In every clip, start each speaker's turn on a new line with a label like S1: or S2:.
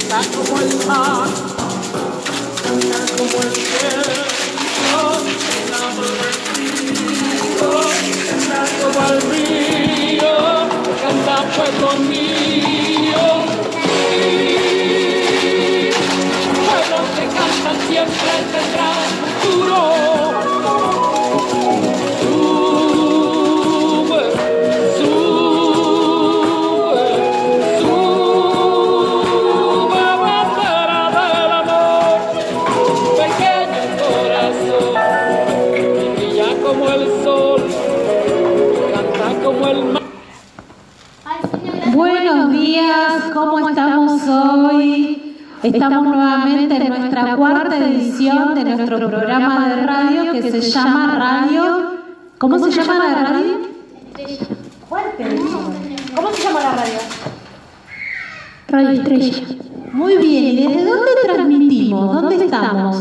S1: será como el mar, será como el cielo, será como el río, será como el río, que canta pueblo mío. Y pueblo que canta siempre tendrá futuro. Sube, sube, sube, bandera del amor, pequeño corazón, que brilla como el sol, canta como el mar.
S2: Buenos días, ¿cómo estamos hoy? Estamos nuevamente en nuestra cuarta edición de nuestro programa de radio que se llama Radio. ¿Cómo se llama la radio?
S3: ¿Cómo se llama la radio?
S2: Radio Estrella. Muy bien, ¿y desde dónde transmitimos? ¿Dónde estamos?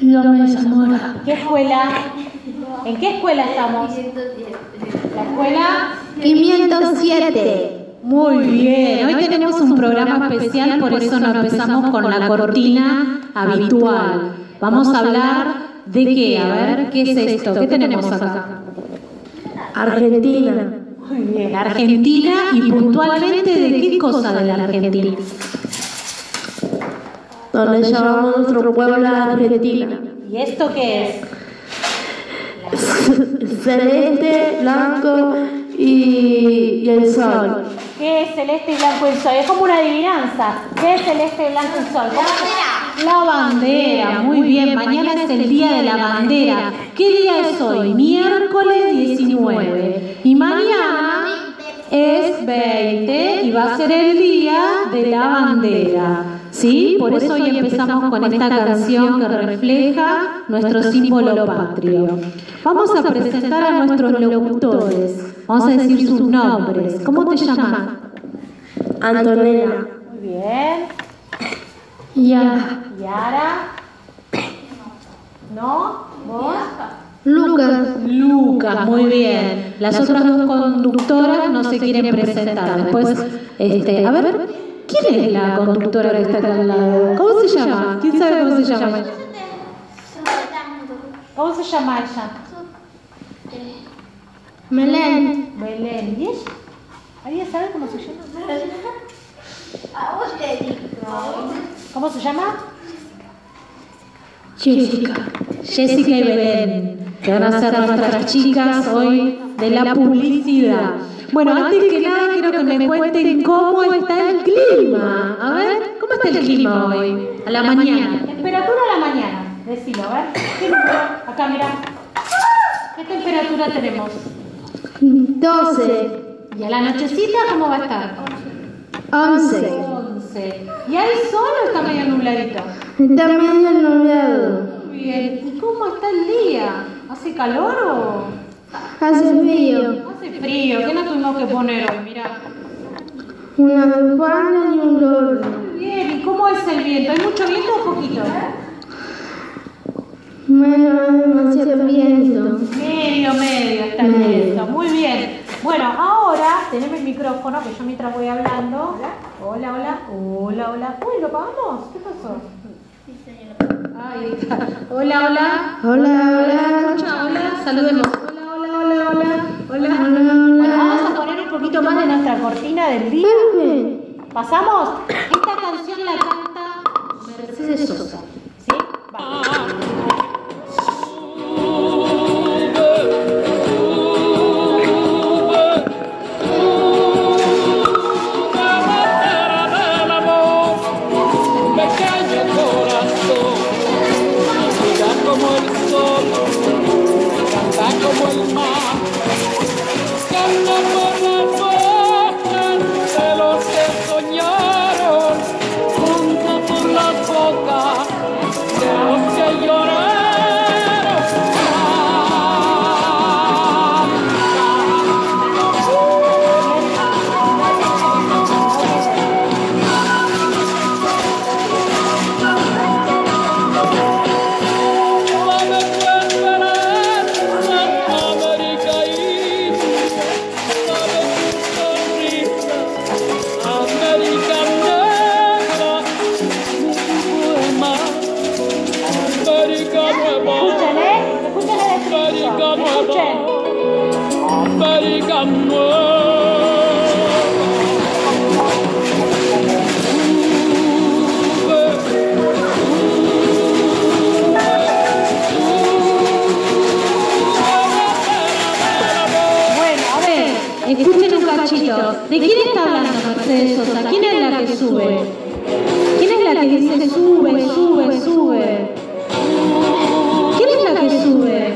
S2: Loma de Zamora.
S3: ¿Qué escuela? ¿En qué escuela estamos? La escuela.
S4: 507.
S2: Muy bien, hoy tenemos un programa especial, por eso no empezamos con la cortina habitual. Vamos a hablar de qué, a ver, ¿qué es esto? ¿Qué tenemos acá?
S4: Argentina.
S3: Muy bien.
S2: La Eh, Argentina y puntualmente de qué cosa de la Argentina.
S4: Donde llamamos nuestro pueblo a Argentina.
S3: ¿Y esto qué es?
S4: Celeste, blanco y, y el sol.
S3: ¿Qué es celeste, blanco y sol? Es como una adivinanza. ¿Qué es celeste, blanco y sol? ¿Cómo?
S2: La bandera, muy bien, mañana es el día de la bandera. ¿Qué día es hoy? Miércoles 19. Y mañana es 20 y va a ser el día de la bandera. ¿Sí? Por eso hoy empezamos con esta canción que refleja nuestro símbolo patrio. Vamos a presentar a nuestros locutores. Vamos a decir sus nombres. ¿Cómo te llamas?
S4: Antonella.
S3: Muy bien.
S4: Ya.
S3: ¿Y ahora? ¿No? ¿Vos?
S4: Lucas.
S2: Lucas, muy bien. Las otras dos conductoras no se quieren presentar. Después, este, a ver, ¿quién es la conductora que está acá al lado? ¿Cómo se llama? ¿Quién sabe cómo se llama?
S3: ¿Cómo se llama ella?
S4: Melén.
S3: Belén. ¿Y ella? ¿Alguien sabe cómo se llama? ¿Cómo se llama?
S2: Jessica. Jessica y Belén, que van a ser nuestras chicas hoy de la publicidad. Bueno, antes que nada quiero que me cuenten cómo está el clima. A ver, ¿cómo está el clima hoy? A la mañana.
S3: Temperatura a la mañana. Decilo, a ver. ¿Qué número? Acá, mira. ¿Qué temperatura tenemos?
S4: 12.
S3: ¿Y a la nochecita cómo va a estar?
S4: 11.
S3: 11. ¿Y hay sol o está medio nubladito?
S4: Está medio nublado.
S3: Muy bien. ¿Y cómo está el día? ¿Hace calor o
S4: Hace frío.
S3: hace frío? ¿Qué nos tuvimos que poner hoy? Mira.
S4: Una bufanda y un gorro.
S3: Muy bien. ¿Y cómo es el viento? ¿Hay mucho viento o poquito?
S4: Menos demasiado viento.
S3: Medio, medio está el viento. Muy bien. Bueno, ahora tenemos el micrófono que yo mientras voy hablando. Hola, hola, hola, hola. Uy, ¿lo apagamos? ¿Qué pasó? Ahí está. Hola, hola.
S4: Hola,
S2: Hola, hola, saludemos.
S3: Hola, hola, hola, hola.
S4: hola. Hola,
S3: Bueno, vamos a poner un poquito más de nuestra cortina del día.
S4: hola.
S3: ¿Pasamos? Esta canción la canta Mercedes Sosa. ¿Sí? Vale.
S1: Pequeño corazón, mira como el sol, canta como el mar, canta por la boca de los que soñaron, canta por la boca de los que lloraron.
S3: ¿eh?
S2: ¿De quién está hablando Mercedes Sosa? ¿Quién es la que sube? ¿Quién es la que dice sube, sube, sube? ¿Quién es la que sube?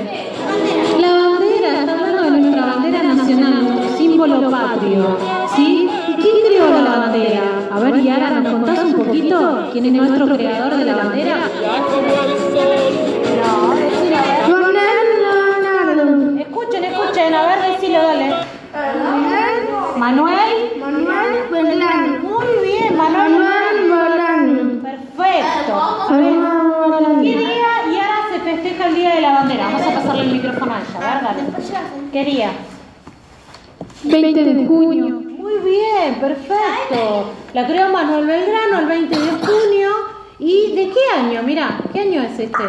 S2: La bandera, está hablando de nuestra bandera nacional, nuestro símbolo patrio. ¿Sí? ¿Y quién creó la bandera? A ver, Yara, ¿nos contás un poquito quién es nuestro creador de la bandera?
S1: Ya como el sol,
S3: No, decilo, a ver.
S4: Leonardo Leonardo.
S3: Escuchen, escuchen, a ver, decilo, dale. Manuel.
S4: Manuel Belgrano.
S3: Muy bien, Manuel.
S4: Manuel Belgrano.
S3: Perfecto.
S4: Manuel
S3: ¿Qué
S4: Belgrano.
S3: día y ahora se festeja el Día de la Bandera? Vamos a pasarle el micrófono a ella, a ver, dale. ¿Qué día?
S4: 20 de junio.
S3: Muy bien, perfecto. La creó Manuel Belgrano el 20 de junio. ¿Y de qué año? Mirá, ¿qué año es este?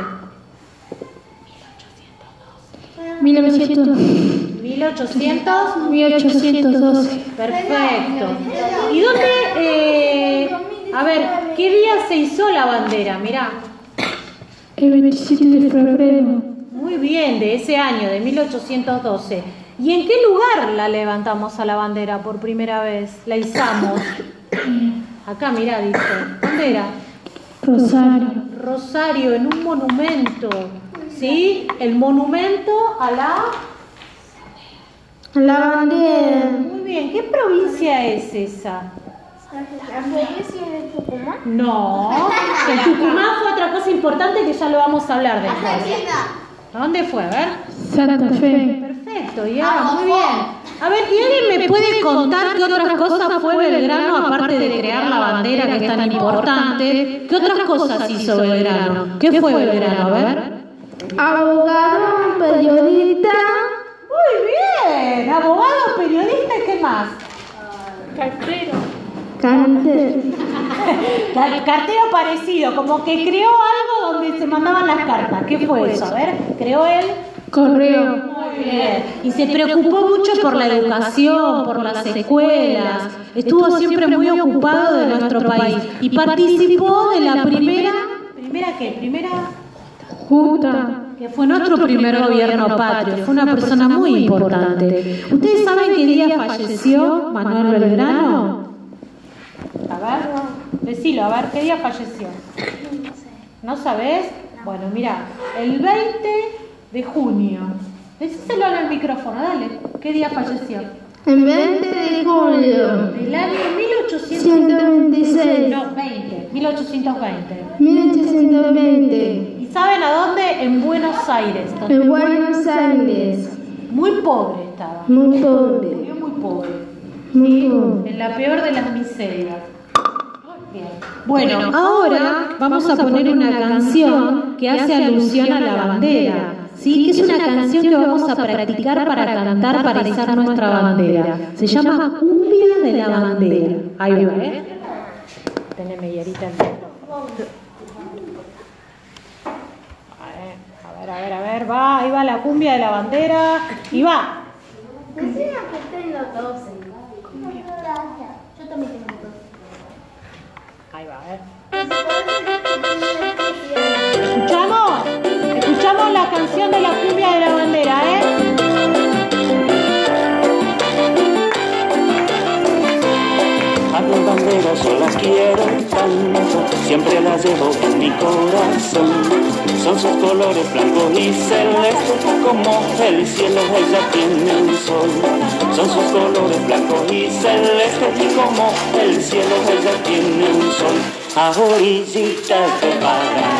S4: 1900.
S3: 1800.
S4: 1812.
S3: Perfecto. ¿Y dónde? eh, a ver, ¿qué día se hizo la bandera? Mirá.
S4: El 27 de febrero.
S3: Muy bien, de ese año, de 1812. ¿Y en qué lugar la levantamos a la bandera por primera vez? La izamos. Acá, mirá, dice. ¿Dónde era?
S4: Rosario.
S3: Rosario en un monumento, ¿sí? El monumento a la...
S4: La bandera.
S3: Muy bien, ¿qué provincia es esa? No, el Tucumán fue otra cosa importante que ya lo vamos a hablar después. ¿A dónde fue? A ver.
S4: Santa Fe.
S3: Perfecto, ya, muy bien. A ver, ¿y alguien me puede contar qué otras cosas fue Belgrano, aparte de crear la bandera que es tan importante? ¿Qué otras cosas hizo Belgrano? ¿Qué fue Belgrano? A ver.
S4: Abogado, periodista.
S3: Muy bien, abogado, periodista, ¿qué más?
S4: Cantero.
S3: El cartero parecido, como que creó algo donde se mandaban las cartas. ¿Qué fue eso? A ver, creó él.
S4: Correo.
S3: Muy bien. Y se preocupó mucho por la educación, por las escuelas. Estuvo siempre muy ocupado de nuestro país y participó de la primera. ¿Primera qué? Primera.
S4: Junta.
S2: que fue nuestro primer gobierno patrio, fue una persona muy importante. ¿Ustedes saben qué día falleció Manuel Belgrano?
S3: A ver, decilo, a ver, ¿qué día falleció? No sabés. Bueno, mira, el 20 de junio. Decíselo al micrófono, dale. ¿Qué día falleció?
S4: El 20 de julio.
S3: Del año 1800.
S4: 126.
S3: No, 20, 1820.
S4: 1820.
S3: ¿Y saben a dónde? En Buenos Aires. donde
S4: En Buenos Aires.
S3: Muy pobre estaba.
S4: Muy pobre.
S3: Murió muy pobre.
S4: Muy pobre.
S3: En la peor de las miserias. Bien. Bueno,
S2: Bueno, ahora vamos a poner una canción que hace alusión a la bandera, ¿sí? que es una canción que vamos a practicar para cantar, para izar nuestra bandera. Se llama Cumbia de la Bandera. Ahí va, ¿eh?
S3: Teneme hierita en A ver, a ver, a ver, a ver, va, ahí va la cumbia de la bandera. Y va. Ahí va, a ver. ¿Escuchamos? Escuchamos la canción de la cumbia de la bandera, ¿eh?
S5: A las banderas yo las quiero tanto, siempre las llevo en mi corazón. Son sus colores blancos y celestes, como el cielo ella tiene un sol. Son sus colores blancos y celestes, como el cielo ella tiene un sol. A orillitas de Paraná,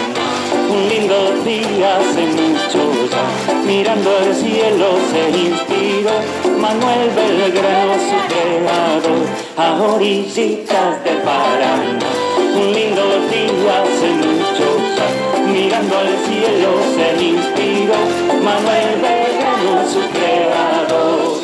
S5: un lindo día hace mucho ya, mirando el cielo se inspiró Manuel Belgrano, su creador, a orillitas del Paraná. Un lindo día hace mucho ya, mirando al cielo se inspiró Manuel Belgrano, su creador.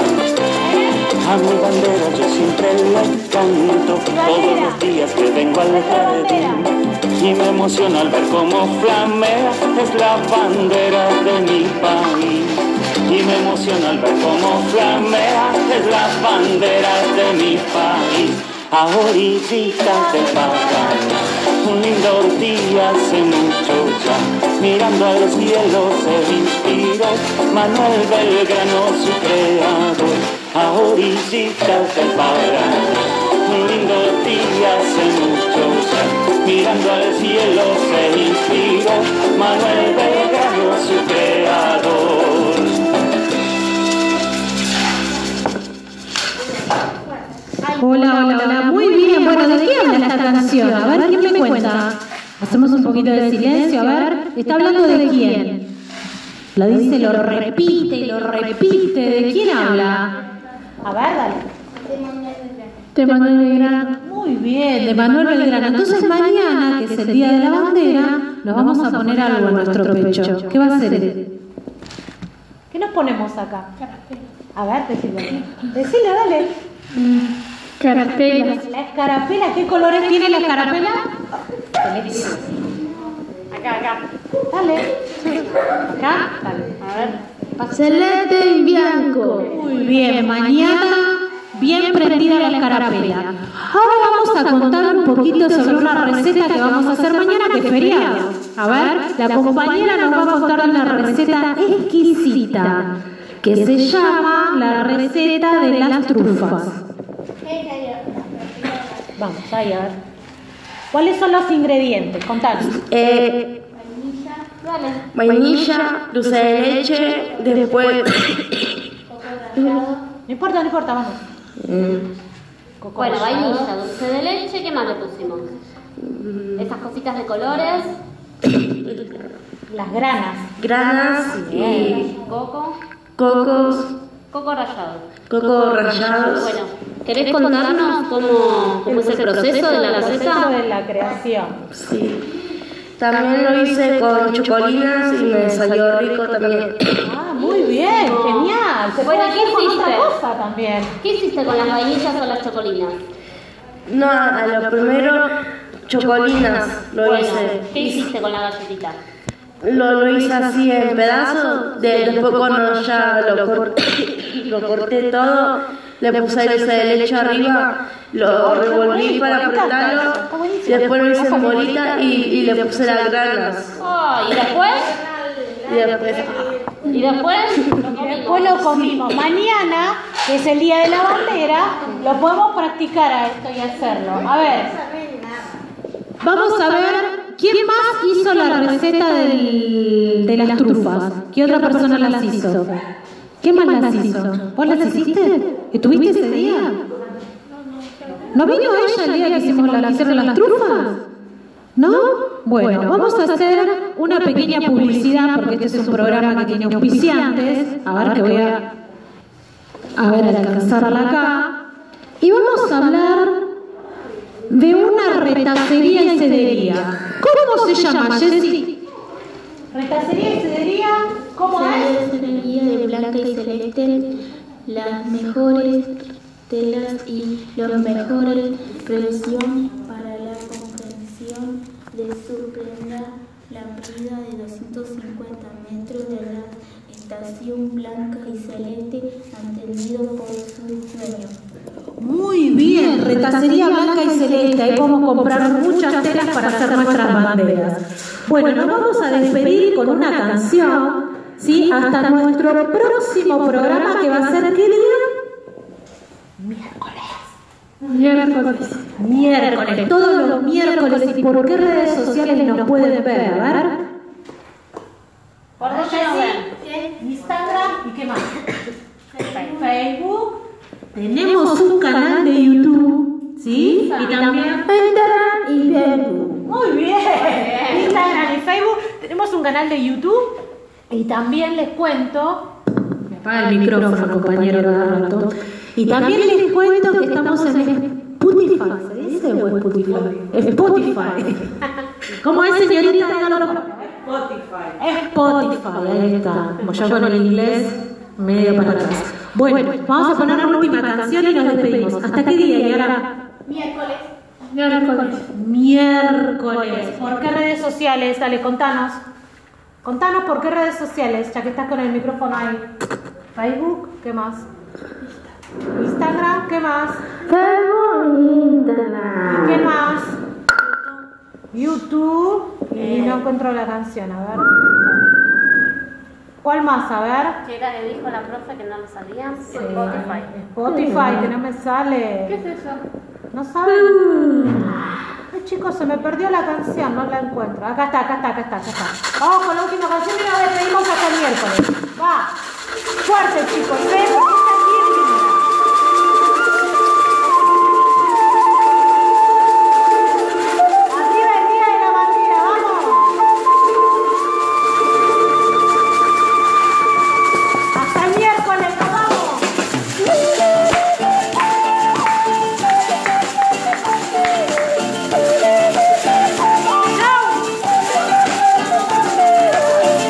S5: A mi bandera yo siempre la canto todos los días que vengo al jardín y me emociona al ver cómo flamea es la bandera de mi país y me emociona al ver cómo flamea es la bandera de mi país a orillitas del pagar. Un lindo día hace mucho ya, mirando al cielo se inspiró Manuel Belgrano, su creador, a orillitas del pagar. Un lindo día hace mucho ya, mirando al cielo se inspiró Manuel Belgrano, su creador.
S2: Hola, hola, hola. Muy bien. Bueno, ¿de qué habla esta canción? A ver, ¿quién me cuenta? Hacemos un poquito de silencio. A ver, ¿está hablando de quién? Lo dice, lo repite, lo repite. ¿De quién habla?
S3: A ver, dale.
S2: De Manuel Belgrano.
S3: Muy bien,
S2: Eh, De Manuel Belgrano. Entonces mañana, que es el Día de la Bandera, nos vamos a poner algo en nuestro pecho. ¿Qué va a ser?
S3: ¿Qué nos ponemos acá? A ver, decilo. Decilo, dale.
S4: Carapelas.
S3: La escarapela, ¿qué colores tiene la escarapela? Acá, acá. Dale. Acá, dale. A ver.
S4: Celeste y blanco.
S2: Muy bien, mañana bien prendida la escarapela. Ahora vamos a contar un poquito sobre una receta que vamos a hacer mañana que es feriado. A ver, la compañera nos va a contar una receta exquisita que se llama la receta de las trufas.
S3: Vamos, ahí, a ver. ¿Cuáles son los ingredientes? Contanos.
S4: Eh, vainilla, dulce de leche, después
S3: No importa, no importa, vamos. Coco
S6: Bueno,
S3: rallado.
S6: vainilla, dulce de leche, ¿qué más le pusimos? Esas cositas de colores,
S3: Las granas.
S4: granas y
S6: coco,
S4: cocos,
S6: coco rallado.
S4: cocos rallados.
S6: Bueno, ¿querés contarnos cómo, cómo es el proceso de la
S3: Proceso
S6: receta?
S3: de la creación.
S4: Sí. También lo hice con chocolinas y me salió rico también.
S3: Ah, muy bien, genial. Se puede
S6: Bueno,
S3: hacer
S6: ¿qué
S3: con otra
S6: hiciste?
S3: cosa también.
S6: ¿Qué hiciste con las vainillas o las chocolinas?
S4: No, a lo primero chocolinas lo
S6: Bueno,
S4: hice.
S6: ¿qué hiciste con la galletita?
S4: Lo, lo hice así en pedazos, de- después cuando ya lo, cor- lo corté todo, le puse el de leche arriba, lo revolví para apretarlo, después lo hice en bolita y, y le puse las granas.
S6: Oh, ¿Y después?
S4: Y después,
S6: ¿Y después?
S3: Después lo comimos. Mañana, que es el día de la bandera, lo podemos practicar a esto y hacerlo. A ver,
S2: Vamos a ver quién más hizo la receta del- de las trufas. ¿Qué otra persona las hizo? ¿Qué más las hizo? ¿Vos las hiciste? ¿Estuviste ese día? ¿No vino ella el día que hicimos la, que hicieron las trufas? ¿No? Bueno, vamos a hacer una pequeña publicidad porque este es un programa que tiene auspiciantes. A ver que voy a a ver, alcanzarla acá. Y vamos a hablar de una retacería y cedería. ¿Cómo se llama, Jessy?
S3: retacería y cedería, ¿cómo es?
S7: Celería de blanca y celeste, las mejores telas y los mejores presión para la confección de su prenda, la medida de 250 metros de la estación blanca y celeste, atendido por su sueño.
S2: Muy bien, retacería blanca y celeste. Ahí podemos comprar muchas telas para hacer nuestras banderas. Bueno, nos vamos a despedir con una canción, ¿sí? Hasta nuestro próximo programa que va a ser, ¿qué día? Miércoles. Miércoles. Todos los miércoles. ¿Y por qué redes sociales nos pueden ver? A ver.
S3: Por Instagram y qué más? Facebook,
S2: Tenemos un canal de YouTube, ¿sí? Y también
S4: Instagram y Facebook.
S3: muy bien. Instagram y Facebook, tenemos un canal de YouTube y también les cuento
S2: Me apaga el micrófono, compañero Garrato. Y también les cuento que estamos en Spotify. ¿Se dice o Spotify? Spotify. ¿Cómo es, señorita? Spotify. Spotify, ahí está. Como yo con el inglés, medio para atrás. Bueno, vamos a poner una última canción y nos despedimos. ¿Hasta qué día, Yara? Miércoles. Miércoles.
S3: por qué redes sociales, dale, contanos. Contanos por qué redes sociales, ya que estás con el micrófono ahí. Facebook, ¿qué más?
S2: Instagram, ¿qué más?
S4: Facebook, Internet.
S2: ¿Qué más? YouTube. Y no encuentro la canción, a ver. ¿Cuál más? A ver.
S6: ¿Qué era que dijo la profe que no lo sabía?
S2: Spotify, que no me sale. ¿Qué es eso? No saben. Ay, chicos, se me perdió la canción, no la encuentro. Acá está, acá está, acá está, acá está. Vamos con la última canción y nos despedimos hasta el miércoles. Va. Fuerte, chicos. Ven, porque está aquí, divina. Arriba el día de la bandera, vamos. Hasta el miércoles, nos vamos.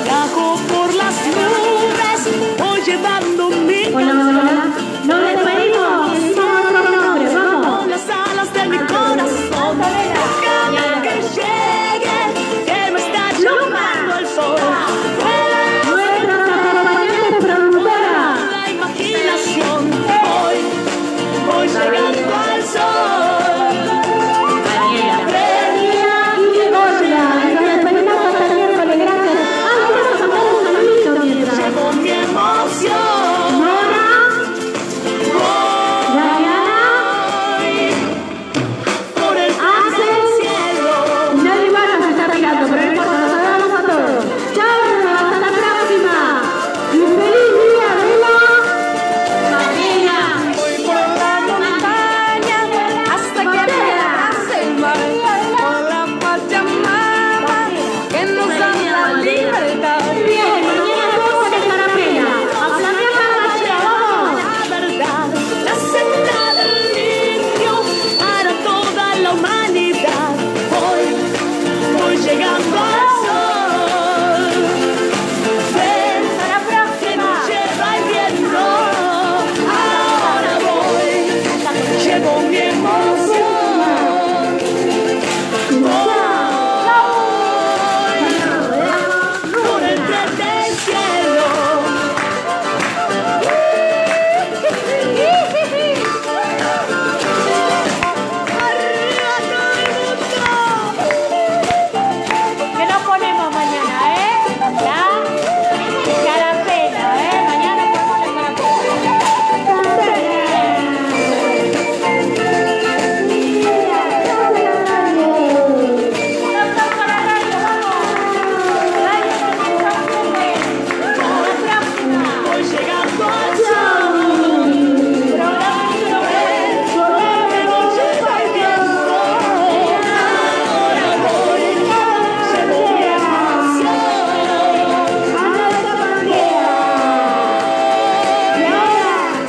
S3: Viajo por las nubes, voy llevando mi
S8: Hola, hola. No despedimos. Decimos otro nombre. Vamos.
S3: las alas de mi corazón. Cada que llegue, que me está llamando el sol. Vuela
S8: Nuestra acompañante productora.
S3: la imaginación. Hoy, voy llegando al sol.
S8: Daniela y Olga. Y nos despedimos hasta el miércoles. Gracias. Ah, vamos a cantar un saludito mientras.
S3: Llegó mi emoción.
S8: Nora,
S3: Voy
S8: Dayana,
S3: por el cielo.
S8: Nadie más nos está tirando, pero no importa, nos saludamos a todos. Chao, hasta la próxima. Y feliz día de la Marina.
S3: Voy por la montaña hasta que me abrace el mar. Por la Pachamama que nos da la libertad.
S8: Bien, mañana todos a Carapena. A planear la batalla, vamos.
S3: La verdad, la senda del niño para toda la humanidad. Hoy, voy llegando al sol. Ven, para que nos lleva el viento. Ahora voy, llevo mi emoción. Voy por el tren del cielo.
S2: Que nos ponemos mañana, ¿eh? La carapela, ¿eh? Mañana ponemos la carapela.
S3: Voy llegando al sol, probando el color de noche y viento. Ahora voy, llevo mi emoción.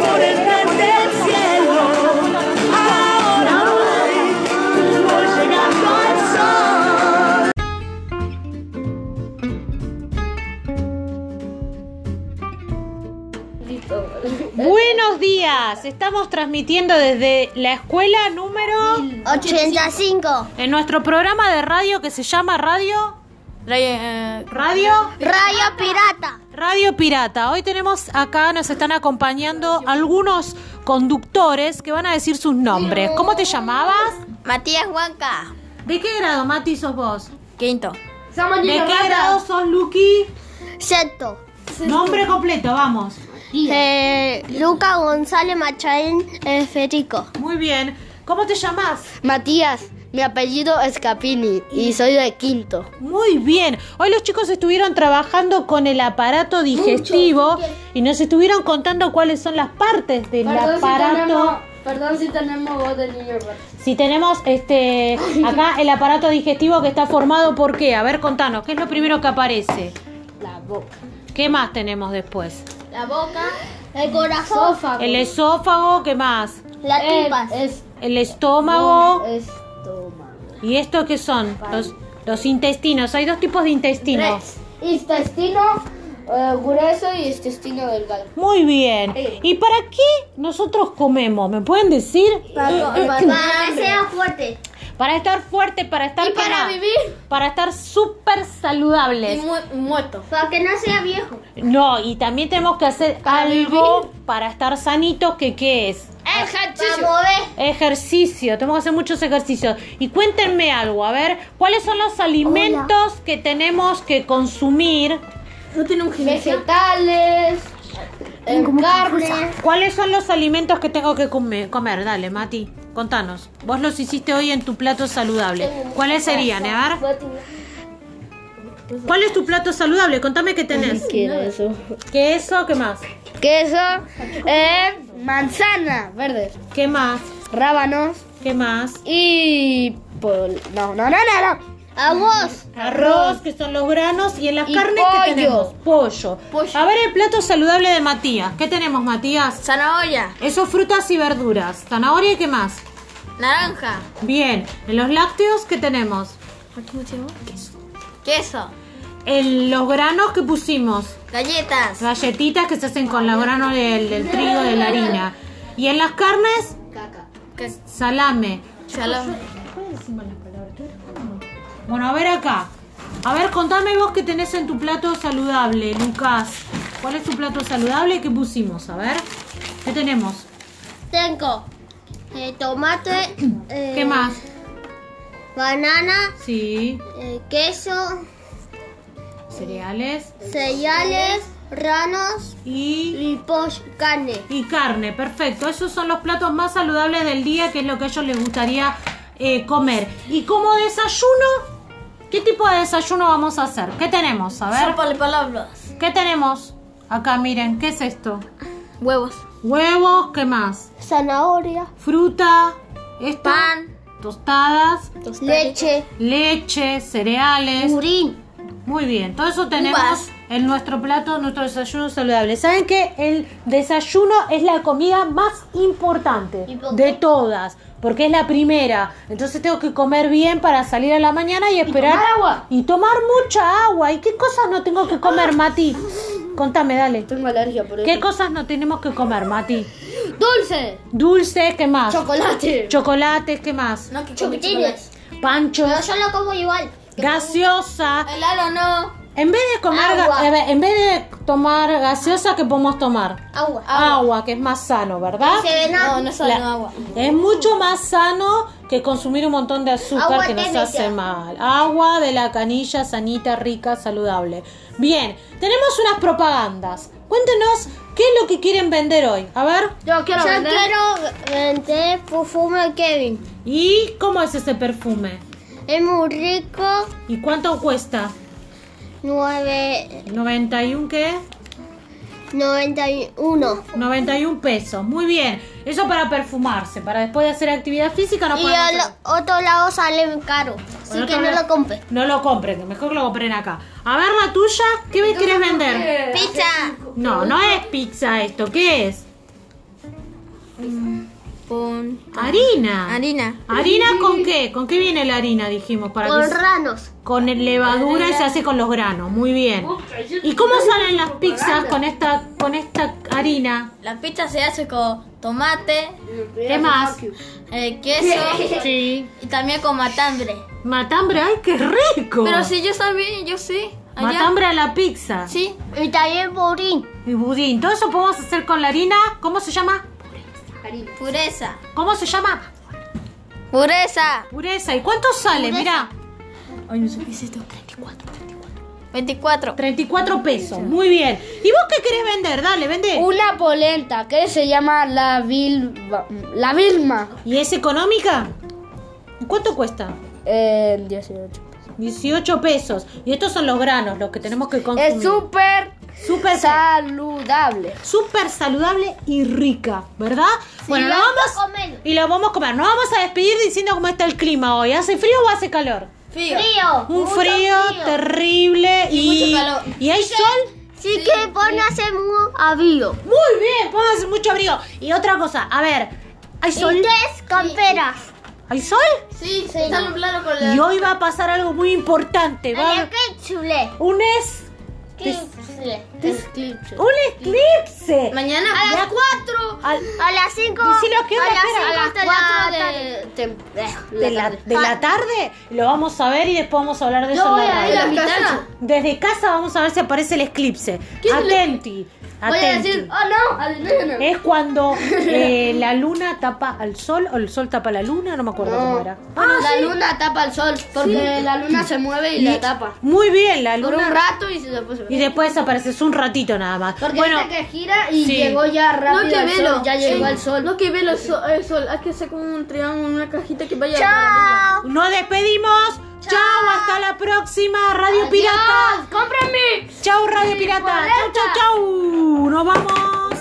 S3: Por el tren del cielo, ahora voy, voy llegando al sol.
S2: Buenos días, estamos transmitiendo desde la escuela número
S9: 85.
S2: en nuestro programa de radio que se llama Radio eh, Radio
S9: Radio Pirata.
S2: Radio Pirata. Hoy tenemos acá, nos están acompañando algunos conductores que van a decir sus nombres. ¿Cómo te llamabas?
S9: Matías Huanca.
S2: ¿De qué grado, Mati, sos vos?
S9: Quinto.
S2: ¿De qué grado sos, Luqui?
S9: Sexto.
S2: Nombre completo, vamos.
S9: Eh, Luca González Machain eh, Federico.
S2: Muy bien. ¿Cómo te llamás?
S9: Matías, mi apellido es Capini y soy de quinto.
S2: Muy bien. Hoy los chicos estuvieron trabajando con el aparato digestivo y nos estuvieron contando cuáles son las partes del aparato.
S10: perdón si tenemos voz de niño
S2: Si tenemos este acá el aparato digestivo que está formado por qué? A ver, contanos, ¿qué es lo primero que aparece?
S10: La boca.
S2: ¿Qué más tenemos después?
S10: La boca.
S9: El corazón.
S10: Sofá.
S2: El esófago, ¿qué más?
S9: La tripas.
S10: es,
S2: El estómago.
S10: eh, estómago.
S2: ¿Y esto qué son? Los, los intestinos. Hay dos tipos de intestinos.
S10: Intestino eh, grueso y intestino delgado.
S2: Muy bien.
S11: Eh.
S2: ¿Y para qué nosotros comemos? ¿Me pueden decir?
S9: Para que sea fuerte.
S2: Para, Para estar fuerte, para estar
S11: Y para
S2: cana-
S11: vivir.
S2: Para estar súper
S11: Y
S2: saludables.
S11: mu- muerto.
S9: Para que no sea viejo.
S2: No, y también tenemos que hacer
S11: Para
S2: algo para estar sanitos, que qué es?
S11: El
S9: Para
S11: ejercicio.
S9: mover.
S2: Ejercicio, tenemos que hacer muchos ejercicios. Y cuéntenme algo, a ver, ¿cuáles son los alimentos que tenemos que consumir?
S11: No tiene un gimnasio.
S9: Vegetales. eh, Carne.
S2: ¿Cuáles son los alimentos que tengo que come- comer? Dale, Mati, contanos. Vos los hiciste hoy en tu plato saludable. ¿Cuáles serían, eh? A ver, ¿Cuál es tu plato saludable? Contame qué tenés.
S3: eso?
S2: Queso, ¿qué más?
S3: Queso, eh, manzana, verdes,
S2: ¿Qué más?
S3: rábanos
S2: ¿Qué más?
S3: y... pol- No, no, no, no, no.
S9: Arroz.
S2: Arroz, que son los granos, y en las
S3: Y
S2: carnes que
S3: pollo.
S2: tenemos pollo.
S11: Pollo.
S2: A ver el plato saludable de Matías. ¿Qué tenemos, Matías?
S11: Zanahoria.
S2: Eso frutas y verduras, zanahoria y qué más.
S11: Naranja.
S2: Bien, en los lácteos qué tenemos.
S11: Queso.
S2: En los granos que pusimos,
S11: Galletas.
S2: galletitas que se hacen con los granos del, del trigo, de la harina. Y en las carnes,
S11: Que-
S2: salame.
S11: Salame.
S2: Bueno, a ver acá. A ver, contame vos qué tenés en tu plato saludable, Lucas. ¿Cuál es tu plato saludable que pusimos? A ver, ¿qué tenemos?
S9: Tengo eh, tomate. eh,
S2: ¿Qué más?
S9: Banana.
S2: Sí,
S9: eh, queso.
S2: cereales
S9: Cereales. Ranos.
S2: y,
S9: Y pollo. Carne.
S2: y carne. Perfecto, esos son los platos más saludables del día, que es lo que a ellos les gustaría eh, comer. Y como desayuno, ¿qué tipo de desayuno vamos a hacer? ¿Qué tenemos? A ver,
S11: Sopa de palabras.
S2: ¿qué tenemos? Acá miren, ¿qué es esto?
S11: Huevos.
S2: Huevos, ¿qué más?
S9: Zanahoria.
S2: Fruta, esto,
S11: Pan.
S2: tostadas,
S9: Leche.
S2: leche, cereales.
S9: Purín.
S2: Muy bien, todo eso tenemos en nuestro plato, nuestro desayuno saludable. ¿Saben que el desayuno es la comida más importante
S9: ¿Y por qué?
S2: de todas? Porque es la primera. Entonces tengo que comer bien para salir a la mañana y esperar.
S9: tomar agua. Ah.
S2: Y tomar mucha agua. ¿Y qué cosas no tengo que comer, Mati? Contame, dale.
S3: Tengo alergia por
S2: ¿Qué cosas no tenemos que comer, Mati?
S9: Dulce.
S2: Dulce, ¿qué más?
S9: Chocolate.
S2: Chocolates, ¿qué más?
S11: No, que come chocolate.
S9: Chupitines.
S2: Panchos,
S9: Pero yo lo como igual.
S2: gaseosa.
S11: Helado no.
S2: En vez de comer, ga-
S9: Agua.
S2: eh, en vez de tomar gaseosa, ¿qué podemos tomar?
S9: Agua.
S2: Agua, que es más sano, ¿verdad?
S9: Se ve nada.
S11: No, no solo
S2: La-
S11: agua.
S2: Es mucho más sano que consumir un montón de azúcar
S9: Agua
S2: que nos
S9: técnica.
S2: hace mal. Agua de la canilla, sanita, rica, saludable. Bien, tenemos unas propagandas. Cuéntenos qué es lo que quieren vender hoy. A ver,
S11: Yo quiero
S9: Yo
S11: vender.
S9: quiero vender perfume Kevin.
S2: ¿y cómo es ese perfume?
S9: Es muy rico.
S2: ¿Y cuánto cuesta?
S9: 9,
S2: ¿91 qué?
S9: 91.
S2: 91 pesos. Muy bien. Eso para perfumarse. Para después de hacer actividad física no
S9: Y
S2: podemos
S9: al
S2: hacer-
S9: otro lado sale caro. Así
S2: Bueno,
S9: que no
S2: todavía-
S9: lo compre.
S2: No lo compren, que mejor que lo compren acá. A ver la tuya, ¿qué me querés vender?
S9: Pizza.
S2: No, no es pizza esto, ¿qué es?
S11: Con
S2: Harina.
S11: harina.
S2: ¿Harina con qué? ¿Con qué viene la harina, dijimos? Para
S9: Con
S2: que-
S9: ranos.
S2: Con el levadura y se hace con los granos, muy bien. ¿Y cómo salen las pizzas con esta, con esta harina?
S11: La pizza se hace con tomate,
S2: ¿Qué más?
S11: eh, queso y también con matambre.
S2: Matambre, ay, qué rico.
S11: Pero si yo sabía, yo sí. Allá.
S2: Matambre a la pizza.
S11: Sí.
S9: Y también borín.
S2: Y budín. Todo eso podemos hacer con la harina. ¿Cómo se llama?
S11: Pureza.
S2: ¿Cómo se llama?
S11: Pureza.
S2: Pureza. ¿Y cuánto sale? Mira,
S11: 24.
S2: 34 pesos. Muy bien. ¿Y vos qué querés vender? Dale, vende.
S3: Una polenta que se llama la Vilma. La Vilma.
S2: ¿Y es económica? ¿Cuánto cuesta?
S3: Eh, 18.
S2: 18 pesos. Y estos son los granos, los que tenemos que consumir.
S3: Es súper
S2: Súper
S3: saludable.
S2: súper saludable y rica, ¿verdad? bueno,
S9: y
S2: lo
S9: vamos
S2: vamos
S9: a comer.
S2: y lo vamos a comer. Nos vamos a despedir diciendo cómo está el clima hoy. ¿Hace frío o hace calor?
S11: Fío.
S9: Frío.
S2: Un
S9: mucho
S2: frío, terrible y,
S11: mucho calor.
S2: y hay sol.
S9: Sí, que pone a hacer un avío.
S2: Muy bien, pónganse mucho abrigo. Y otra cosa, a ver, ¿hay sol?
S9: Y tres camperas.
S2: ¿Hay sol?
S11: Sí, está nublado con la.
S2: Y hoy va a pasar algo muy importante. Va a
S9: A la
S2: haber
S9: que chule.
S2: un es...
S9: ¿Qué?
S2: des-
S4: Eclipse. Eclipse.
S2: ¡Un eclipse!
S4: Mañana
S12: A las
S4: ya-
S12: 4.
S2: Al-
S12: A las 5.
S2: Decile, ¿a qué hora? Espera.
S12: A las 4
S4: cuatro
S12: de la tarde.
S4: de, tem- eh,
S2: de la, de
S9: Ah,
S2: la tarde lo vamos a ver y después vamos a hablar de
S4: Yo
S2: eso en
S4: voy
S2: la
S4: a ir a
S2: radio.
S4: mi casa.
S2: Desde casa vamos a ver si aparece el eclipse.
S4: ¿Qué es el-
S2: Atenti.
S4: Voy a
S2: atenti.
S4: decir, oh no, al nene.
S2: Es cuando eh, la luna tapa al sol o el sol tapa a la luna, no me acuerdo
S4: No.
S2: cómo era.
S4: la luna tapa el sol, porque la luna se mueve Ah, y,
S2: Y-
S4: la tapa.
S2: Muy bien, la
S4: Por un
S2: luna.
S4: rato y se después se
S2: Y después desaparece, es un ratito nada más.
S4: Porque
S2: bueno,
S4: viste que gira y
S2: sí.
S4: llegó ya rápido
S13: No que
S4: al sol,
S13: velo.
S4: ya llegó
S13: Eh,
S4: al sol.
S13: No que velo so- el sol. Hay que hacer como un triángulo, una cajita que vaya.
S12: Chao.
S2: nos despedimos. Chao, hasta la próxima Radio Pirata.
S4: ¡Cómprame!
S2: Chao Radio Pirata. Chau, chau, chau. Nos vamos.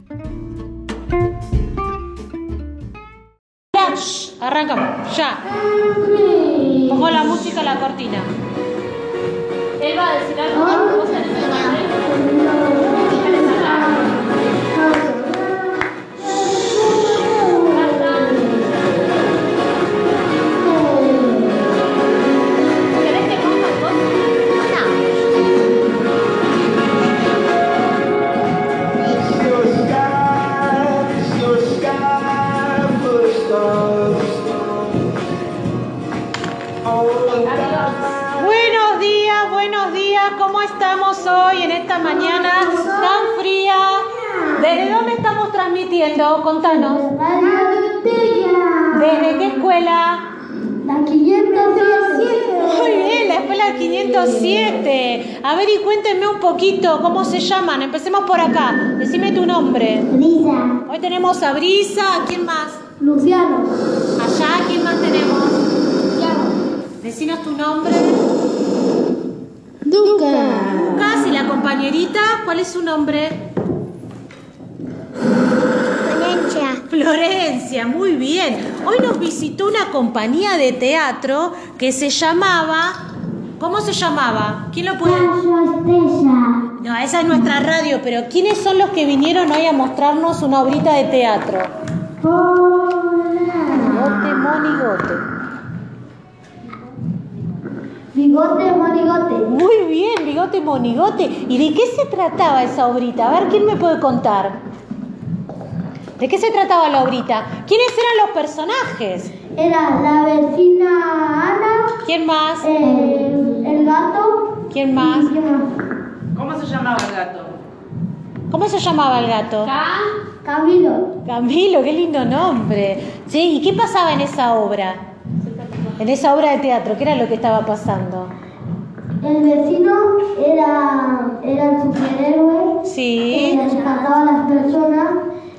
S2: Ya, shh, Arrancamos, ya. Pongo la música a la cortina.
S14: Él va a decir algo. vos tenés que poner. ¿Querés que ponga vos?
S2: Buenos días, buenos días. ¿Cómo estamos hoy en esta mañana tan fría? ¿Desde dónde estamos transmitiendo? Contanos. ¿Desde qué escuela?
S9: La 507.
S2: Muy bien, la escuela 507. A ver y cuéntenme un poquito cómo se llaman. Empecemos por acá. Decime tu nombre.
S9: Brisa.
S2: Hoy tenemos a Brisa. ¿A quién más?
S9: Luciano.
S2: Allá, ¿a quién más tenemos? Decinos tu nombre.
S9: Duca.
S2: Lucas y la compañerita. ¿Cuál es su nombre?
S12: Valencia.
S2: Florencia, muy bien. Hoy nos visitó una compañía de teatro que se llamaba. ¿Cómo se llamaba? ¿Quién lo puede.?
S9: Estella.
S2: No, esa es nuestra radio, pero ¿quiénes son los que vinieron hoy a mostrarnos una obrita de teatro? Gote, Moni, Gote.
S9: Bigote, monigote.
S2: Muy bien, bigote monigote. ¿Y de qué se trataba esa obrita? A ver, ¿quién me puede contar? ¿De qué se trataba la obrita? ¿Quiénes eran los personajes?
S9: Era la vecina Ana,
S2: ¿Quién más?
S9: el, el gato.
S2: ¿Quién más?
S9: ¿Y qué más?
S2: ¿Cómo se llamaba el gato?
S9: Camilo.
S2: Camilo, qué lindo nombre. Sí, ¿y qué pasaba en esa obra? En esa obra de teatro, ¿qué era lo que estaba pasando?
S9: El vecino era, era el superhéroe que
S2: Sí.
S9: rescataba a las personas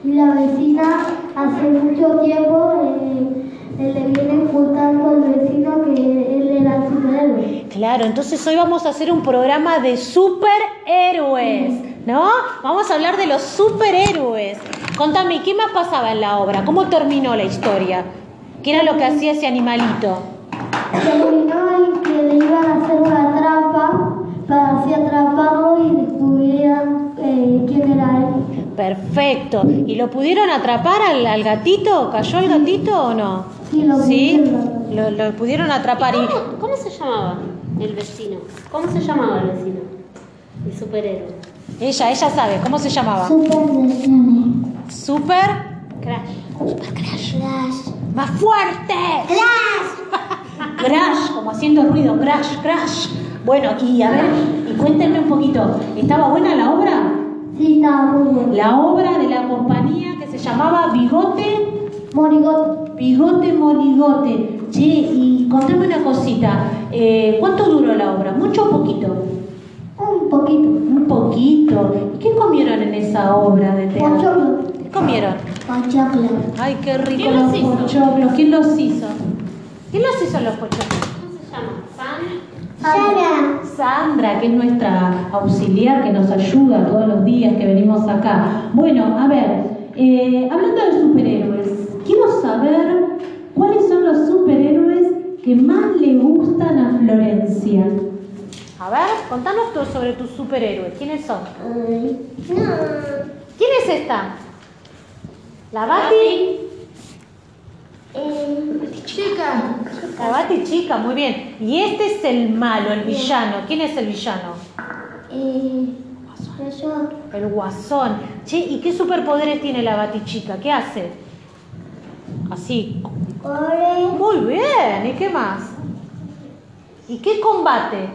S9: y la vecina hace mucho tiempo eh, eh, le viene ocultando al vecino que él era el superhéroe.
S2: Claro, entonces hoy vamos a hacer un programa de superhéroes, ¿no? Vamos a hablar de los superhéroes. Contame, ¿qué más pasaba en la obra? ¿Cómo terminó la historia? ¿Qué era lo que hacía ese animalito?
S9: Terminó en que le iban a hacer una trampa para así atraparlo y descubrieran eh, quién era él.
S2: Perfecto. ¿Y lo pudieron atrapar al, al gatito? ¿Cayó el gatito o no?
S9: Sí, lo
S2: ¿Sí?
S9: pudieron.
S2: Lo, lo pudieron atrapar y...
S6: ¿Cómo, cómo se llamaba el vecino? ¿Cómo se llamaba el vecino? El superhéroe.
S2: Ella, ella sabe, ¿cómo se llamaba?
S9: Superhéroe.
S2: Super.
S6: Crash.
S2: ¡Más fuerte! ¡Crash! ¡Crash! Como haciendo ruido, crash, crash. Bueno, y a ver, y cuéntenme un poquito, ¿estaba buena la obra?
S9: Sí, estaba muy bien.
S2: La obra de la compañía que se llamaba Bigote,
S9: Monigote.
S2: Bigote Monigote. Che, y contame una cosita, eh, ¿cuánto duró la obra? ¿Mucho o poquito?
S9: Un poquito.
S2: Un poquito. ¿Y qué comieron en esa obra de teatro?
S9: Pochoclo.
S2: ¿Qué comieron?
S9: Pochoclo.
S2: Ay, qué rico
S6: ¿Quién
S2: los
S6: los hizo?
S2: pochoclos. ¿Quién los hizo? ¿Quién los hizo los pochoclos?
S6: ¿Cómo se llama? San.
S9: Sara.
S2: Sandra, que es nuestra auxiliar que nos ayuda todos los días que venimos acá. Bueno, a ver, eh, hablando de superhéroes, quiero saber cuáles son los superhéroes que más le gustan a Florencia. A ver, contanos tú sobre tus superhéroes. ¿Quiénes son? ¿Quién es esta? ¿La Bati?
S13: Chica.
S2: La Bati chica, muy bien. Y este es el malo, el villano. ¿Quién es el villano?
S9: Eh,
S3: El guasón. Che, ¿y qué superpoderes tiene la batichica? ¿Qué hace? Así. Muy bien, ¿y qué más? ¿Y qué combate?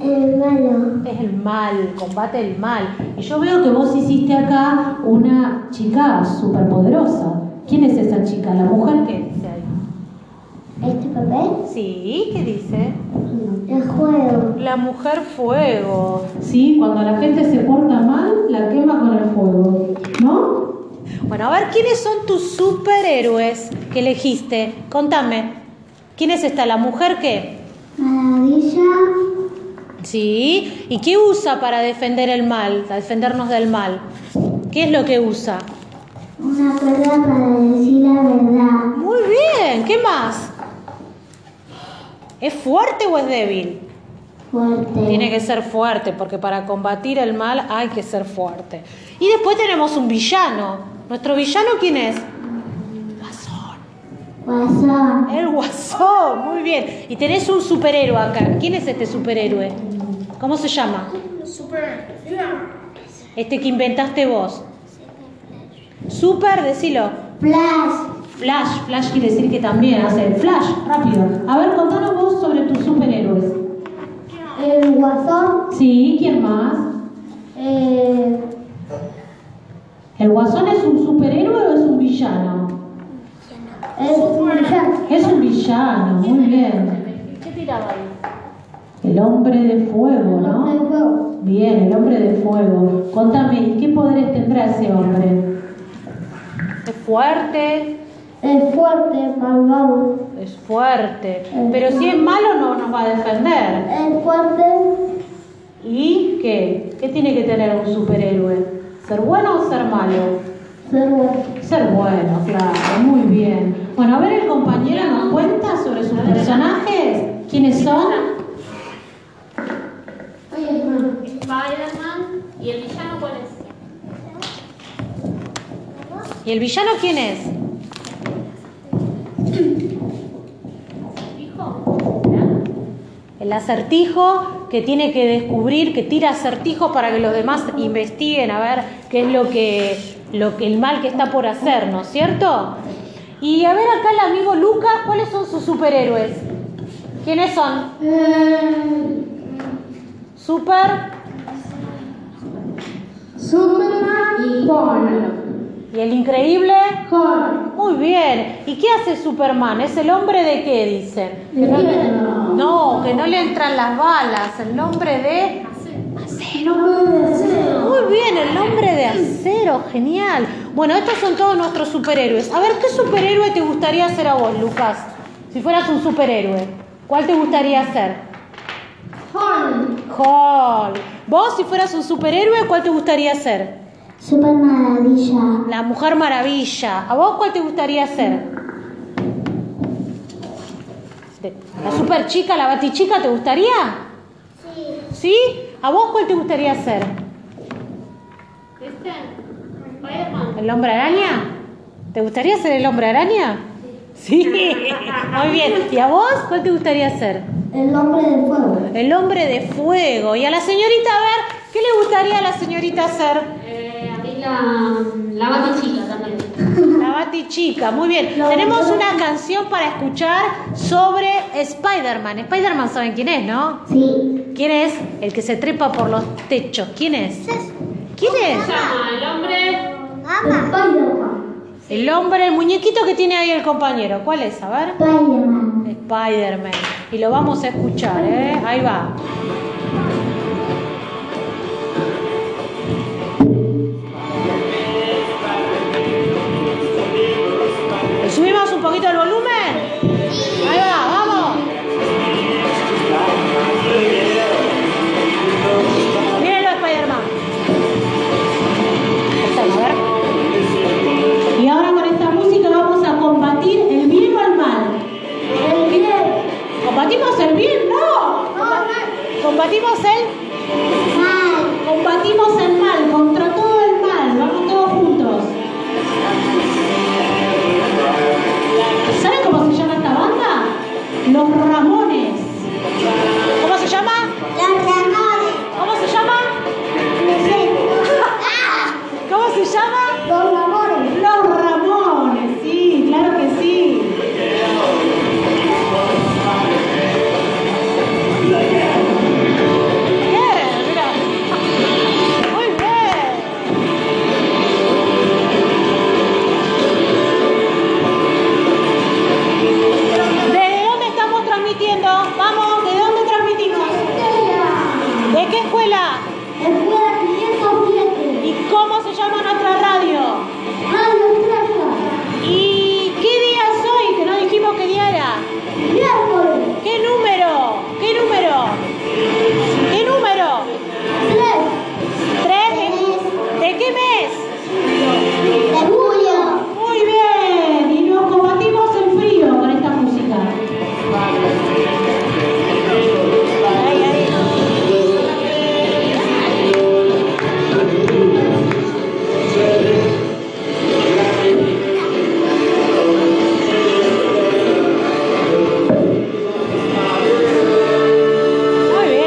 S2: El malo.
S3: Es el mal, combate el mal.
S2: Y yo veo que vos hiciste acá una chica superpoderosa. ¿Quién es esa chica? ¿La mujer
S3: qué dice ahí?
S2: ¿Este papel?
S3: Sí, ¿qué dice?
S2: El juego.
S3: La mujer fuego.
S2: Sí, cuando la gente se porta mal, la quema con el fuego. ¿No?
S3: Bueno, a ver, ¿quiénes son tus superhéroes que elegiste? Contame. ¿Quién es esta? ¿La mujer qué?
S4: Maravilla.
S3: Sí. ¿Y qué usa para defender el mal, para defendernos del mal? ¿Qué es lo que usa?
S4: Una cuerda para decir la verdad.
S3: Muy bien, ¿qué más? ¿Es fuerte o es débil?
S4: Fuerte.
S3: Tiene que ser fuerte, porque para combatir el mal hay que ser fuerte. Y después tenemos un villano. ¿Nuestro villano quién es?
S4: Guasón.
S3: El guasón, muy bien. Y tenés un superhéroe acá. ¿Quién es este superhéroe? ¿Cómo se llama?
S4: Super.
S3: Este que inventaste vos. Super, decilo.
S4: Flash.
S3: Flash, Flash quiere decir que también hace Flash, rápido.
S2: A ver, contanos vos sobre tus superhéroes.
S4: El guasón.
S2: Sí, ¿quién más?
S4: Eh,
S2: ¿El guasón es un superhéroe o es un villano?
S4: el Superman.
S2: Es un villano, muy bien.
S6: ¿Qué tiraba ahí?
S2: El hombre de fuego, ¿no?
S4: El fuego.
S2: Bien, el hombre de fuego. Contame, ¿y ¿qué poderes tendrá ese hombre?
S3: Es fuerte,
S4: El fuerte, malvado.
S3: es fuerte. Pero si es malo no nos va a defender.
S4: El fuerte.
S3: ¿Y qué? ¿Qué tiene que tener un superhéroe? ¿Ser bueno o ser malo?
S4: Ser bueno.
S2: Ser bueno, claro, muy bien. Bueno, a ver, el compañero nos cuenta sobre sus personajes. ¿Quiénes son?
S6: Spider-Man. ¿Y el villano cuál es?
S3: ¿Y el villano quién es? El acertijo que tiene que descubrir, que tira acertijos para que los demás investiguen a ver qué es lo que, lo que el mal que está por hacer, ¿no es cierto? Y a ver acá el amigo Lucas, ¿cuáles son sus superhéroes? ¿Quiénes son?
S4: Eh,
S3: Super
S4: Superman y Paul.
S3: y el increíble. Muy bien. ¿Y qué hace Superman? ¿Es el hombre de qué dicen? No, que no le entran las balas. El nombre de. Muy bien, el nombre de acero, genial. Bueno, estos son todos nuestros superhéroes. A ver, ¿qué superhéroe te gustaría ser a vos, Lucas? Si fueras un superhéroe, ¿cuál te gustaría ser? Hulk. Vos, si fueras un superhéroe, ¿cuál te gustaría ser?
S4: Super maravilla.
S3: La Mujer Maravilla. ¿A vos cuál te gustaría ser? De- ¿La super chica, la batichica, te gustaría? Sí. ¿Sí? ¿A vos cuál te gustaría ser?
S6: ¿Este? Spider-Man.
S3: ¿El hombre araña? ¿Te gustaría ser el hombre araña? Sí. Muy bien. ¿Y a vos cuál te gustaría ser?
S4: El hombre del fuego.
S3: El hombre de fuego. ¿Y a la señorita, a ver, qué le gustaría a la señorita ser?
S6: Eh, a mí la, la batichica también.
S3: La Batichica, muy bien. Tenemos una canción para escuchar sobre Spider-Man. Spider-Man saben quién es, ¿no?
S4: Sí.
S3: ¿Quién es? El que se trepa por los techos. ¿Quién es? ¿Quién es?
S6: Se llama el hombre.
S4: Spider-Man.
S3: El hombre, el muñequito que tiene ahí el compañero. ¿Cuál es? A ver.
S4: Spider-Man.
S3: Spider-Man. Y lo vamos a escuchar, ¿eh? Ahí va. ¿Le subimos un poquito el volumen? Ahí va, vamos. Mírenlo, Spider-Man. Ahí está, a ver.
S2: Y ahora con esta música vamos a combatir el bien o el mal.
S4: El bien.
S3: ¿Combatimos el bien? ¡No! ¿Combatimos el?
S4: Mal.
S2: Combatimos el mal, contra todo el mal, vamos todos juntos. ¿Saben cómo se llama esta banda? Los Ramones.
S3: ¿Cómo se llama?
S4: Los Ramones.
S2: Perfecto. Vamos, ¿de dónde transmitimos? ¿De qué escuela?
S4: Escuela 507.
S2: ¿Y cómo se llama nuestra radio?
S4: Radio Plaza.
S2: ¿Y qué día es hoy? Que no dijimos qué día era.
S4: Miércoles.
S2: ¿Qué número? ¿Qué número? ¿Qué número? ¿Tres?
S4: Tres.
S2: ¿De qué mes?
S4: De julio.
S2: Muy bien, y nos combatimos el frío con esta música. Ay, ay.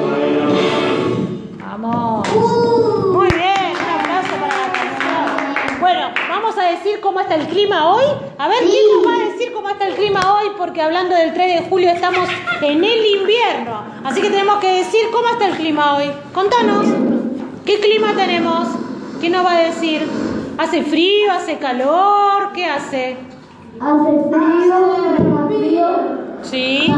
S2: Muy bien. Vamos. Muy bien, un aplauso para la canción. Bueno, vamos a decir cómo está el clima hoy. A ver, ¿quién nos va a decir cómo está el clima hoy? Porque hablando del 3 de julio estamos en el invierno. Así que tenemos que decir cómo está el clima hoy. Contanos, ¿qué clima tenemos? ¿Quién nos va a decir? ¿Hace frío? ¿Hace calor? ¿Qué hace?
S4: Hace frío, frío,
S2: Sí,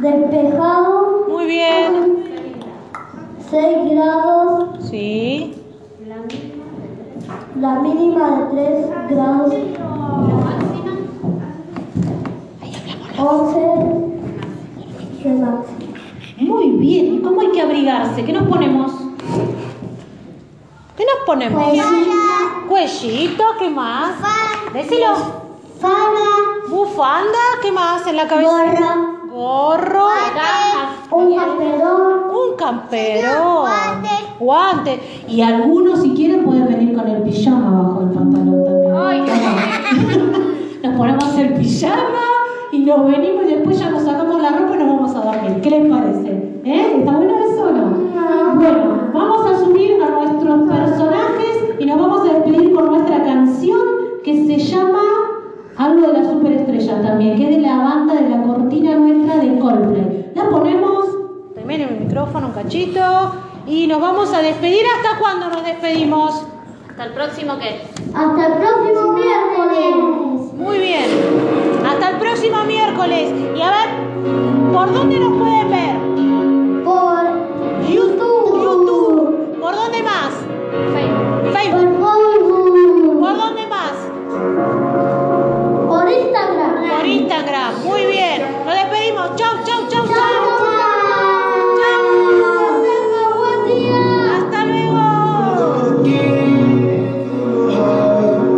S2: que-
S4: despejado,
S2: muy bien.
S4: 6 grados,
S2: Sí,
S4: la mínima de 3 grados. 11 de máxima.
S2: muy bien. ¿Y cómo hay que abrigarse? ¿Qué nos ponemos? ¿Qué nos ponemos? Cuellito, ¿qué más? Decilo.
S4: Fara,
S2: Bufanda, ¿qué más en la cabeza? Gorro.
S4: un camperón,
S2: Un camperón. Guante.
S15: Y algunos, si quieren, pueden venir con el pijama abajo del pantalón también. nos ponemos el pijama y nos venimos y después ya nos sacamos la ropa y nos vamos a dormir. ¿Qué les parece? ¿Eh? ¿Está bueno eso o no? Bueno, vamos a subir a nuestros personajes y nos vamos a despedir con nuestra canción que se llama algo de la superestrella también, que es de la banda de la cortina nuestra de Coldplay. La ponemos
S2: Primero el micrófono, un cachito. Y nos vamos a despedir. ¿Hasta cuándo nos despedimos?
S6: Hasta el próximo que.
S4: Hasta el próximo miércoles.
S2: Muy bien. Hasta el próximo miércoles. Y a ver, ¿por dónde nos pueden ver?
S4: Por YouTube.
S2: YouTube. ¿Por dónde más? Facebook.
S4: Por Facebook.
S2: ¿Por dónde más?
S4: Por Instagram.
S2: Por Instagram. Muy bien. Nos despedimos. Chau, chau, chau,
S4: Chao,
S2: chau.
S4: mamá. Tenga buen día.
S2: Hasta luego.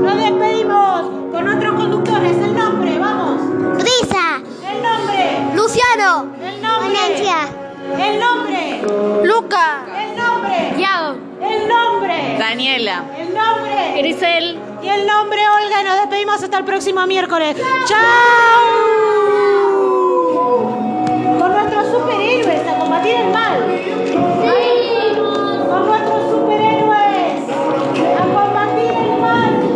S2: Nos despedimos con nuestros conductores. El nombre, vamos.
S9: Risa.
S2: El nombre.
S9: Luciano.
S2: El nombre.
S9: Valencia.
S2: El nombre.
S9: Luca.
S2: El nombre.
S6: Yao.
S2: El nombre.
S6: Daniela.
S2: El nombre.
S6: Grisel.
S2: Y el nombre, Olga, y nos despedimos hasta el próximo miércoles. ¡Chao! Con nuestros superhéroes a combatir el mal. Con nuestros superhéroes a combatir el mal.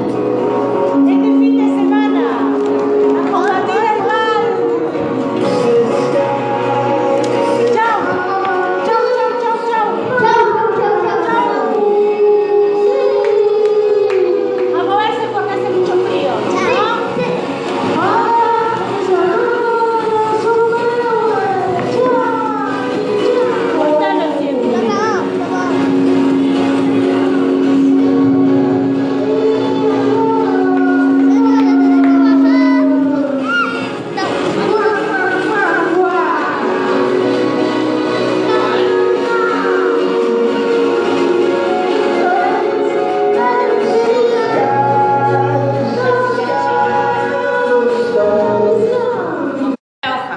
S2: Este fin de semana. A combatir el mal. ¡Chao! ¡Chao, chao, chao, chao!
S4: Chao, chao, chao, chao.
S2: A moverse porque hace mucho frío. ¿no? Cortalo siempre.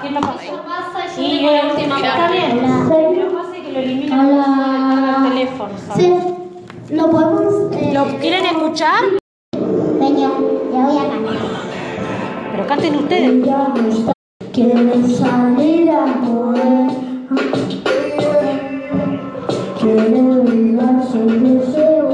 S2: ¿Quién lo pasa? Sí, eh, está bien.
S4: Soy-
S2: Pero pase que lo eliminan
S4: Hola.
S2: con el teléfono, ¿sabes?
S4: Sí, lo podemos. eh,
S2: ¿Lo quieren escuchar?
S4: Peña, ya voy a cantar.
S2: Pero canten ustedes.
S4: Ya no está. Quiero salir a correr. Quiero olvidar su deseo.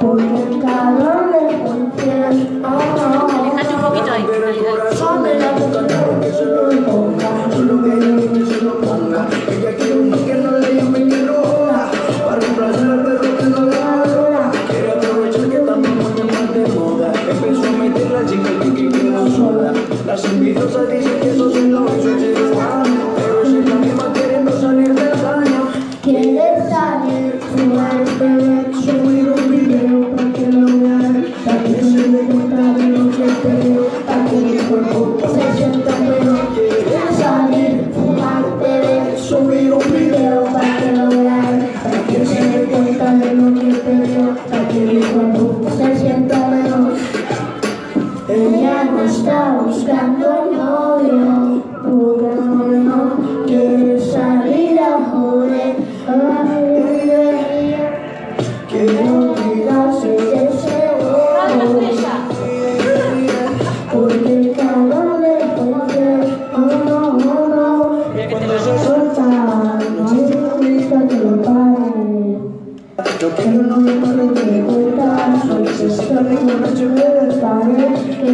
S4: Por el calor de cualquier. Ah, ah, ah.
S6: Dejate un poquito ahí. Dale, dale.
S4: Corazón de la boca, no, que se lo ponga, solo que yo que se lo ponga. Ella quiere uno que no le llame ni roja, para complacer al perro que no la adora. Quiere aprovechar que estamos muy mal de moda, empezó a meter la chica que quería.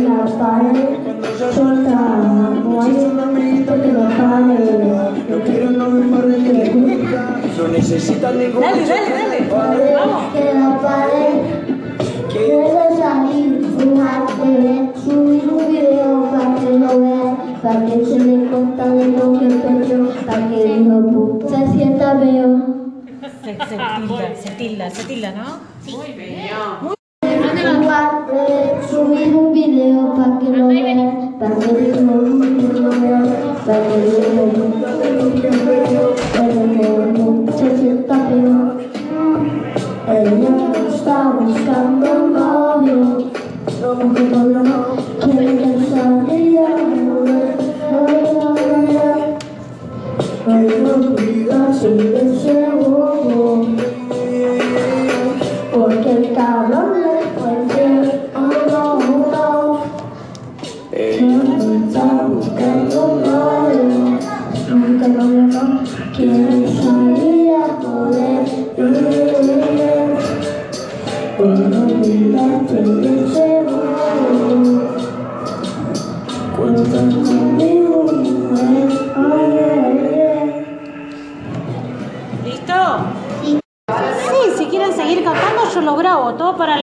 S9: cuando yo suelta, no hay un amiguito que la pare. No quiero no me pare que le gusta. No necesita ningún
S1: Dale,
S9: chico
S1: dale, dale.
S9: que la pare.
S1: Vamos.
S9: Que la pare.
S16: Puedo salir, fumar, beber, subir un video para que lo vean, para que se dé cuenta de lo que perdió, para que el hijo de puta se sienta peor.
S3: Se, se tilda, se tilda, se tilda, ¿no? Muy bien.
S16: Fumar, beber, subir un video para que lo vean, para que el hijo de puta lo vea, para que el hijo de puta se sienta peor, para que el hijo de puta se sienta peor. El niño está buscando un novio.
S9: La mujer todavía no.
S16: Quiere que sonría,
S9: Quiero olvidarse de ese bobo.
S16: Porque el cabrón le puede uno uno. Siempre está buscando un novio. Nunca lo veo. Quiere salir a poder vivir.
S9: Cuando olvidaste de ese bobo. Cuenta conmigo, mujer. Ay, ay, ay.
S3: ¿Listo? Sí, si quieren seguir cantando, yo lo grabo. Todo para